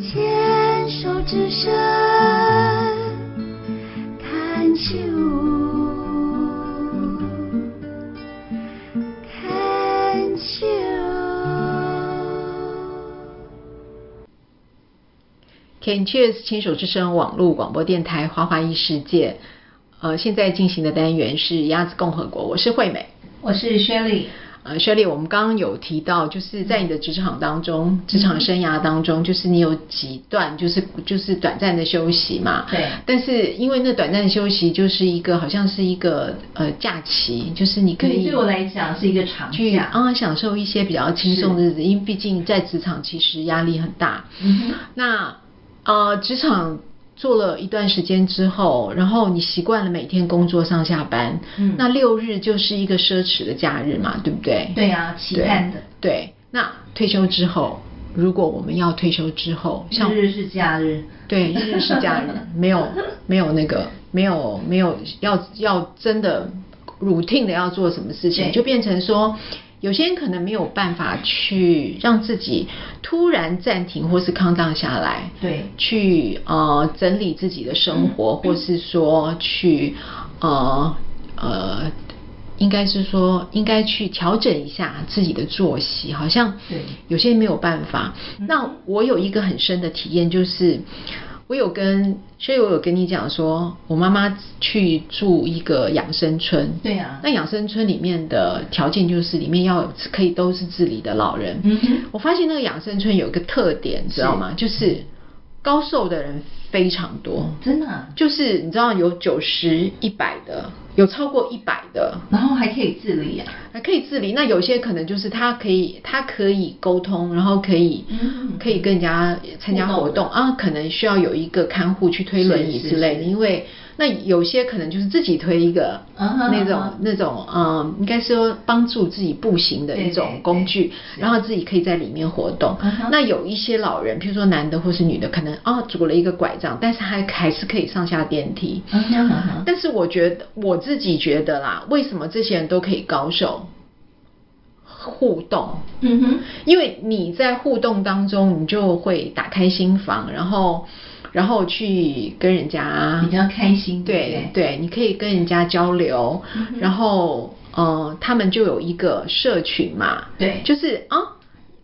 牵手之声，看秋。看秋。 Can Cheers 牵手之声网络广播电台《花花异世界》，呃，现在进行的单元是鸭子共和国，我是惠美。我是 Shelly，呃，Shirley，我们刚刚有提到，就是在你的职场当嗯中，职场生涯当中，就是你有几段就是就是短暂的休息嘛。对但是因为那短暂的休息就是一个好像是一个呃假期，就是你可以对我来讲是一个长去假。啊享受一些比较轻松的日子，因为毕竟在职场其实压力很大。嗯哼那呃，职场做了一段时间之后，然后你习惯了每天工作上下班，嗯那六日就是一个奢侈的假日嘛，对不对？对啊期盼的对。对那退休之后，如果我们要退休之后，像日日是假日，对，日日是假日，没有没有那个没有没有要要真的 routine 的要做什么事情，对就变成说。有些人可能没有办法去让自己突然暂停或是康荡下来，对嗯去呃整理自己的生活，或是说去呃呃，应该是说应该去调整一下自己的作息，好像对嗯有些没有办法。那我有一个很深的体验，就是我有跟，所以我有跟你讲说，我妈妈去住一个养生村。对啊那养生村里面的条件就是里面要有可以都是自理的老人。嗯哼我发现那个养生村有一个特点，知道吗？就是高瘦的人非常多，真的啊就是你知道有九十、一百的，有超过一百的，然后还可以自理啊，还呃可以自理。那有些可能就是他可以，他可以沟通，然后可以，嗯可以跟人家参加活互动动啊，可能需要有一个看护去推轮椅是之类的，是是因为那有些可能就是自己推一个、嗯哼那嗯种哼那种嗯，应该说帮助自己步行的一对对种对工具，是然后自己可以在里面活动。嗯哼那有一些老人，譬如说男的或是女的，可能啊拄了一个拐杖，但是还还是可以上下电梯。嗯哼嗯哼 但是我觉得我自己觉得啦，为什么这些人都可以高手互动？嗯哼因为你在互动当中，你就会打开心房，然后然后去跟人家啊比较开心对对不对，你可以跟人家交流，嗯哼然后呃，他们就有一个社群嘛，对就是啊。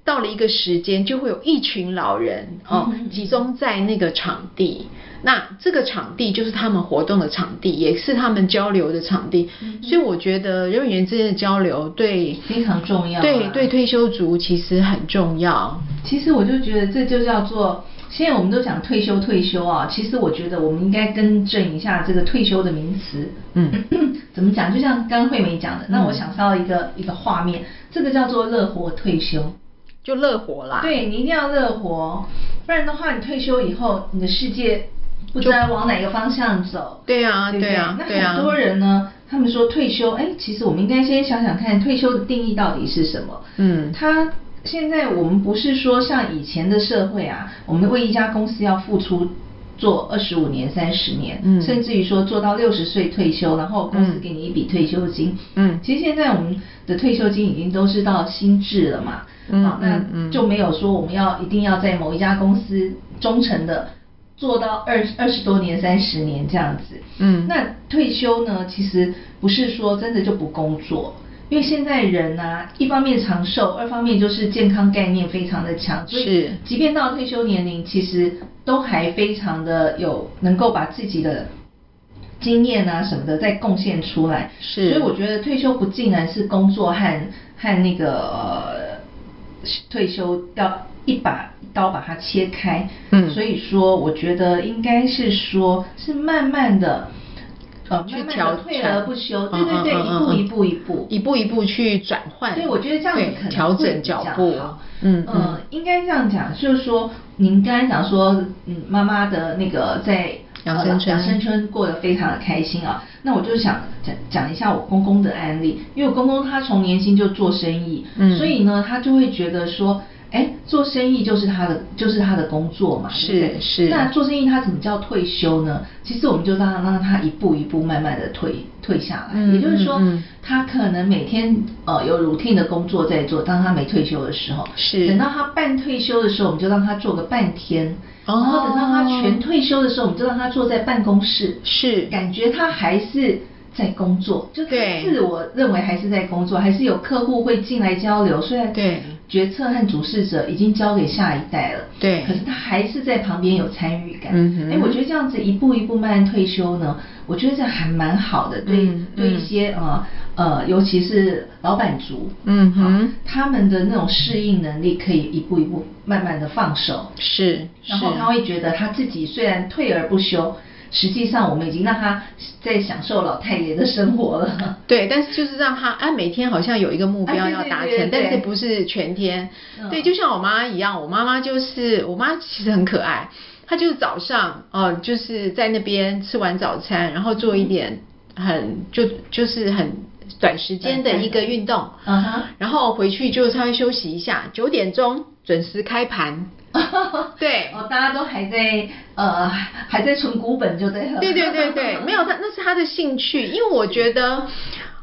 到了一个时间，就会有一群老人哦嗯 哼嗯，哼集中在那个场地。那这个场地就是他们活动的场地，也是他们交流的场地。嗯哼所以我觉得人与人之间的交流对非常重要啊对对，退休族其实很重要。其实我就觉得这就叫做，现在我们都讲退休退休啊，其实我觉得我们应该更正一下这个退休的名词。 嗯怎么讲？就像刚刚惠美讲的，那嗯我想到一个、一个画面，这个叫做乐活退休。就乐活啦。对你一定要乐活，不然的话，你退休以后，你的世界不知道往哪个方向走。对啊不对啊对那啊很多人呢，他们说退休，哎，其实我们应该先想想看，退休的定义到底是什么？嗯他现在我们不是说像以前的社会啊，我们为一家公司要付出。做二十五年、三十年，嗯甚至于说做到六十岁退休，然后公司嗯给你一笔退休金。嗯其实现在我们的退休金已经都是到新制了嘛，嗯好，那嗯嗯就没有说我们要一定要在某一家公司忠诚的做到二二十多年、三十年这样子。嗯那退休呢，其实不是说真的就不工作。因为现在人啊，一方面长寿，二方面就是健康概念非常的强，所以是即便到退休年龄，其实都还非常的有能够把自己的经验啊什么的再贡献出来。是所以我觉得退休不竟然是工作和和那个、呃、退休要一把刀把它切开。嗯所以说我觉得应该是说是慢慢的。呃，去慢慢调的退而不休，对嗯对对，嗯嗯一步一步一步，一步一步去转换。对，我觉得这样子对可能调会整比脚较步好。嗯呃，应该这样讲，就是说，您刚才讲说，嗯，妈妈的那个在养呃生村养生村过得非常的开心啊。那我就想讲讲一下我公公的案例，因为我公公他从年轻就做生意，嗯所以呢，他就会觉得说，哎，做生意就是他的，就是他的工作嘛，是对不对是那做生意他怎么叫退休呢？其实我们就让让他一步一步慢慢的退退下来，嗯也就是说，嗯嗯他可能每天呃有 routine 的工作在做，当他没退休的时候，是等到他半退休的时候，我们就让他做个半天，哦然后等到他全退休的时候，我们就让他坐在办公室，是感觉他还是在工作，就对自我认为还是在工作，还是有客户会进来交流，虽然对决策和主事者已经交给下一代了，对可是他还是在旁边有参与感。嗯哼哎，我觉得这样子一步一步慢慢退休呢，我觉得这还蛮好的，对、嗯对嗯一些呃呃，尤其是老板族，嗯好哼，他们的那种适应能力可以一步一步慢慢的放手，是，然后是他会觉得他自己虽然退而不休，实际上我们已经让他在享受老太爷的生活了。对，但是就是让他啊，每天好像有一个目标啊对要对达对成，对但是不是全天。嗯对，就像我妈一样，我妈妈就是我妈其实很可爱，她就是早上哦、呃就是在那边吃完早餐，然后做一点很就就是很短时间的一个运动，嗯哼然后回去就稍微休息一下，九点钟准时开盘。对， 哦，大家都还在呃还在存股本就对了。对对对 对，没有他那是他的兴趣，因为我觉得。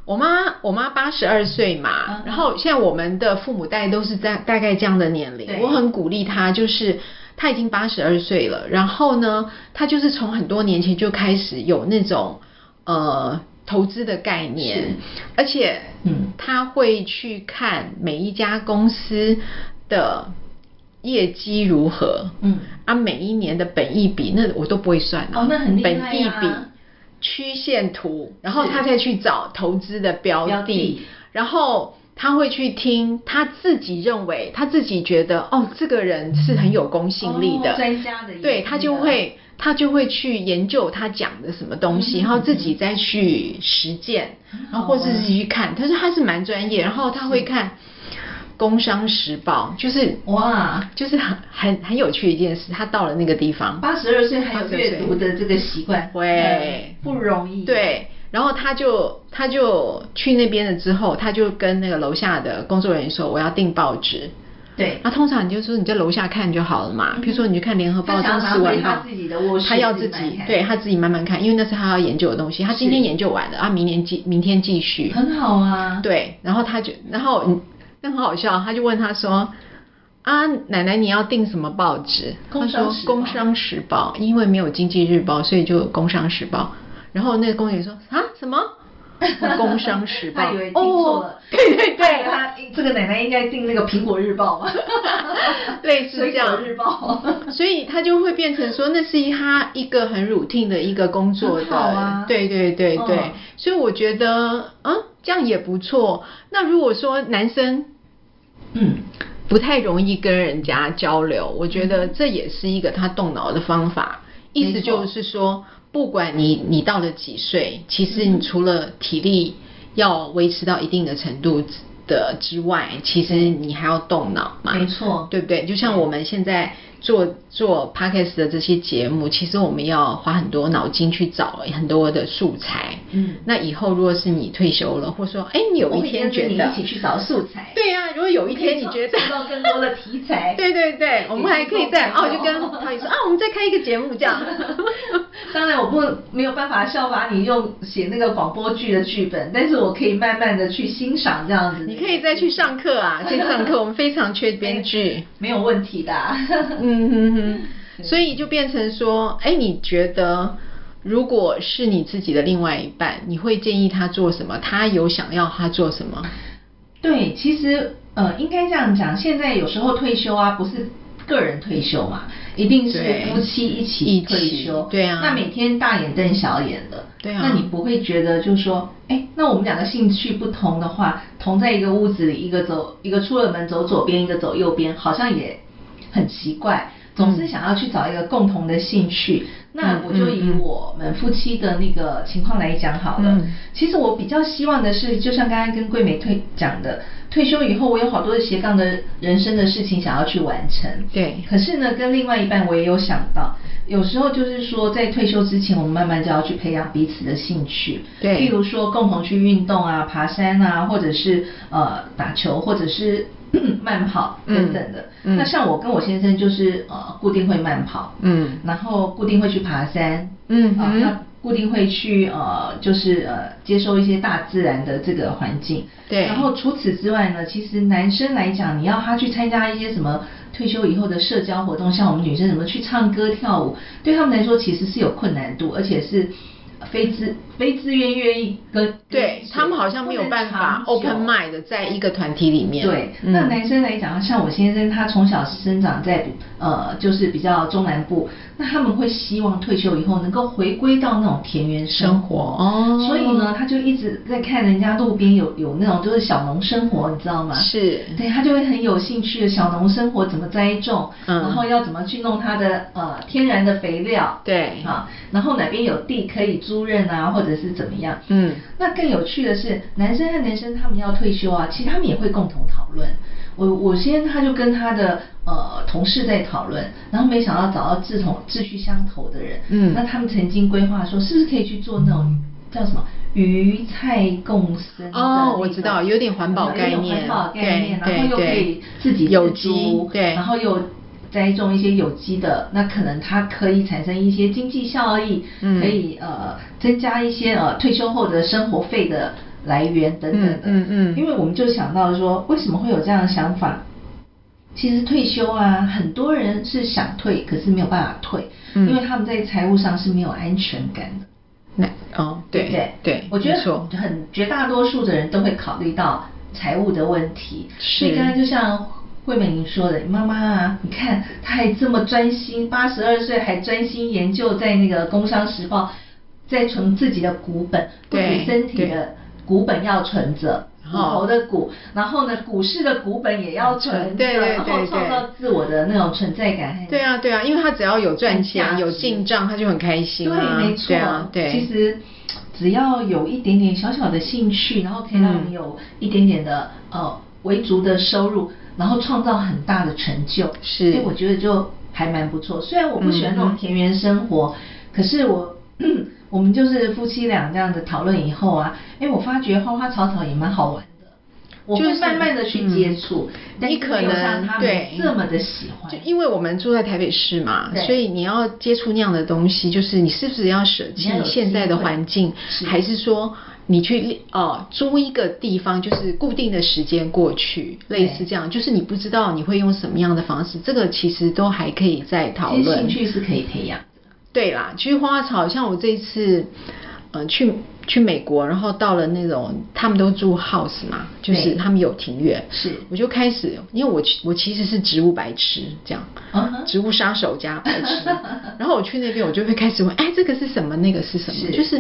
我妈，我妈八十二岁嘛嗯，然后现在我们的父母代都是在大概这样的年龄对，我很鼓励她，就是她已经八十二岁了，然后呢，她就是从很多年前就开始有那种呃投资的概念，而且嗯她会去看每一家公司的业绩如何，嗯啊，每一年的本益比那我都不会算啊哦那很厉害本啊益比、曲线图，然后是他再去找投资的标的，标的然后他会去听他自己认为他自己觉得哦，这个人是很有公信力的，哦专家的意见对他就会他就会去研究他讲的什么东嗯哦西，然后自己再去实践，然后或者是去看，他说他是蛮专业，然后他会看《工商时报》，就是哇，就是很很很有趣的一件事，他到了那个地方，八十二岁还有82岁阅读的这个习惯，会嗯不容易。对，然后他就他就去那边了之后，他就跟那个楼下的工作人员说，我要订报纸。对那、，通常你就说你在楼下看就好了嘛，嗯比如说你去看联合他报、想中要时晚拿回报，他自己的卧室他要自己自慢己慢对他自己慢慢看，因为那是他要研究的东西，他今天是研究完了，啊，明年继明天继续。很好啊。，对，然后他就，然后嗯那很好笑，他就问他说：“啊，奶奶你要订什么报纸？”工他商说时《工报商时报》，因为没有《经济日报》，所以就有《工商时报》。然后那个工人说：“啊，什么？”我工商时报 他以为听错了哦，对对对对，他这个奶奶应该订那个苹果日报嘛， 类似水这样果日报。所以他就会变成说，那是他一个很 routine 的一个工作很的，好啊对对对对、嗯所以我觉得，嗯，这样也不错。那如果说男生嗯，不太容易跟人家交流，我觉得这也是一个他动脑的方法。意思嗯没错就是说，不管你你到了几岁，其实你除了体力要维持到一定的程度的之外，其实你还要动脑嘛，没错对不对？就像我们现在做做 podcast 的这些节目，其实我们要花很多脑筋去找很多的素材。嗯那以后如果是你退休了，或说，哎，你有一天我觉会跟得着你一起去找素材。对啊呀、如果有一天你可觉以 得找到更多的题材，对对对，我们还可以再哦，哦，就跟陶宇说啊，我们再开一个节目这样。 当然，我不没有办法效法你用写那个广播剧的剧本，但是我可以慢慢的去欣赏这样子。你可以再去上 课啊，去上课，我们非常缺编剧。没有问题的、啊。 嗯哼哼，所以就变成说，哎，你觉得如果是你自己的另外一半，你会建议他做什么？他有想要他做什么？对，其实呃，应该这样讲，现在有时候退休啊，不是个人退休嘛，一定是对夫妻一一起起退休。对啊那每天大眼瞪小眼的。对啊那你不会觉得就是说，哎，那我们两个兴趣不同的话，同在一个屋子里，一个走，一个出了门走左边，一个走右边，好像也很奇怪。总是想要去找一个共同的兴趣，那我就以嗯嗯嗯嗯我们夫妻的那个情况来讲好了。嗯其实我比较希望的是，就像刚刚跟桂梅退讲的，退休以后我有好多的斜杠的人生的事情想要去完成。对可是呢，跟另外一半我也有想到，有时候就是说，在退休之前，我们慢慢就要去培养彼此的兴趣。对譬如说共同去运动啊、爬山啊，或者是呃打球，或者是 慢跑等等的。嗯嗯那像我跟我先生就是呃固定会慢跑，嗯然后固定会去爬山，嗯啊、哼那固定会去呃就是呃接受一些大自然的这个环境。对然后除此之外呢，其实男生来讲，你要他去参加一些什么退休以后的社交活动，像我们女生什么去唱歌跳舞，对他们来说其实是有困难度，而且是。非自非自愿愿意跟对跟他们好像没有办法不能长久 open mind 的在一个团体里面。对，嗯那男生来讲，像我先生，他从小生长在呃，就是比较中南部，那他们会希望退休以后能够回归到那种田园生活。哦所以呢，他就一直在看人家路边有有那种就是小农生活，你知道吗？是对他就会很有兴趣的小农生活怎么栽种，嗯然后要怎么去弄它的呃天然的肥料，对啊，然后哪边有地可以租赁啊，或者是怎么样，嗯那更有趣的是，男生和男生他们要退休啊，其实他们也会共同讨论。我我先他就跟他的呃同事在讨论，然后没想到找到志同志趣相投的人，嗯那他们曾经规划说，是不是可以去做那种叫什么鱼菜共生的那种？哦我知道有点环保概念有点环保概念，对然后又对可对以自己有自机足对然后又。栽种一些有机的，那可能它可以产生一些经济效益，嗯可以呃增加一些呃退休后的生活费的来源等等的。嗯嗯嗯因为我们就想到说，为什么会有这样的想法？其实退休啊，很多人是想退，可是没有办法退，嗯因为他们在财务上是没有安全感的。那哦对不对对，我觉得没错很很绝大多数的人都会考虑到财务的问题。是所以刚才就像惠美您说的，你妈妈啊，你看她还这么专心，八十二岁还专心研究在那个《工商时报》，在存自己的股本，不对止身体的对股本要存着。骨哦头的骨，然后呢，股市的股本也要存着，对对然对后创对造自我的那种存在感和对啊对啊，因为他只要有赚很钱价有值进账，他就很开心啊。对，没错。对啊对。其实只要有一点点小小的兴趣，然后可以让你有一点点的、呃为足的收入，然后创造很大的成就，是所以我觉得就还蛮不错。虽然我不喜欢那嗯种嗯田园生活，可是我。 我们就是夫妻俩这样的讨论以后啊，哎，我发觉花花草草也蛮好玩的，我就会是慢慢的去嗯接触，但你是可没有能像他们对这么的喜欢就，因为我们住在台北市嘛，对所以你要接触那样的东西，就是你是不是要舍弃你要有现在的环境机，会是还是说你去呃租一个地方，就是固定的时间过去，对类似这样，就是你不知道你会用什么样的方式，这个其实都还可以再讨其实兴论。趣是可以培养的。对啦，其实花草像我这一次，呃，去去美国，然后到了那种他们都住 house 嘛，就是对他们有庭院，是我就开始，因为我其我其实是植物白痴这样嗯哼植物杀手加白痴，然后我去那边我就会开始问，哎，这个是什么？那个是什么？是就是。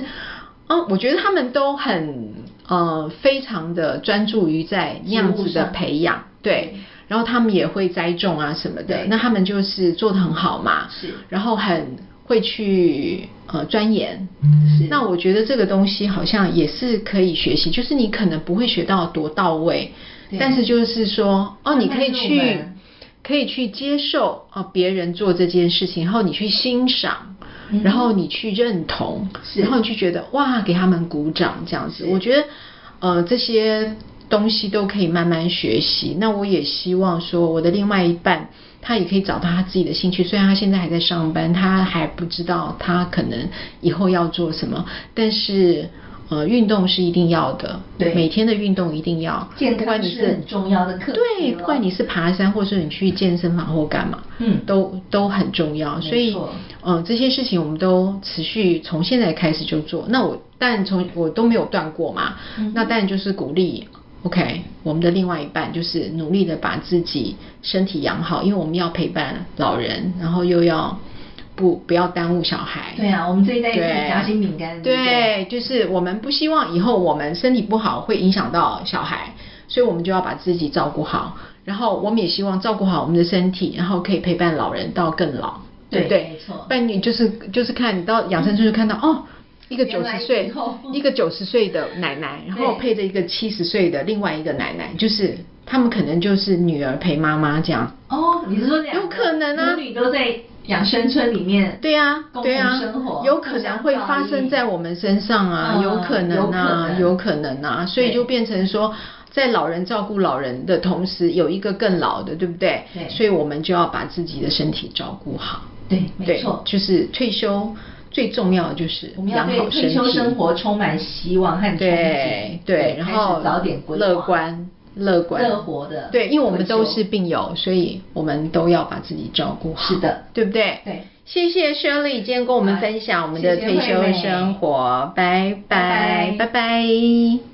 嗯，我觉得他们都很呃，非常的专注于在那样植物子的上嗯培养，对，然后他们也会栽种啊什么的对，那他们就是做的很好嘛，是然后很会去呃钻研。是那我觉得这个东西好像也是可以学习，就是你可能不会学到多到位，对但是就是说，哦，慢慢你可以入去门，可以去接受啊、别人做这件事情，然后你去欣赏，嗯然后你去认同，是然后你就觉得哇，给他们鼓掌这样子。我觉得呃这些东西都可以慢慢学习。那我也希望说，我的另外一半他也可以找到他自己的兴趣，虽然他现在还在上班，他还不知道他可能以后要做什么，但是。呃，运动是一定要的，对每天的运动一定要，健不管康你是很重要的课题哦对，了不管你是爬山，或是你去健身房或干嘛，嗯都都很重要。没所以错，呃，这些事情我们都持续从现在开始就做。那我但从我都没有断过嘛，嗯那当然就是鼓励。OK，我们的另外一半就是努力的把自己身体养好，因为我们要陪伴老人，然后又要不不要耽误小孩。对啊我们这一代也是对夹心饼干对不对对，就是我们不希望以后我们身体不好会影响到小孩，所以我们就要把自己照顾好。然后我们也希望照顾好我们的身体，然后可以陪伴老人到更老，对不对？没错不然你就是就是看你到养生村就看到、哦。一个九 原来十岁以后，一个九十岁的奶奶，然后对配着一个七十岁的另外一个奶奶，就是他们可能就是女儿陪妈妈这样。哦，你是说两个有可能啊母女都在养生村里面，对呀、共对呀、同生活，有可能会发生在我们身上啊，嗯有可能啊，有有可可能能啊，所以对就变成说，在老人照顾老人的同时，有一个更老的，对不对？对所以我们就要把自己的身体照顾好。对，没对错，，就是退休最重要的就是我们要养对好退休身体生活充满希望和憧憬，对对，然开后始早点规划，乐观。乐观、乐活的对，因为我们都退休是病友，所以我们都要把自己照顾好，是的对不对？对，谢谢 Shirley 今天跟我们好分享我们的谢谢退惠休美生活，拜拜拜拜拜拜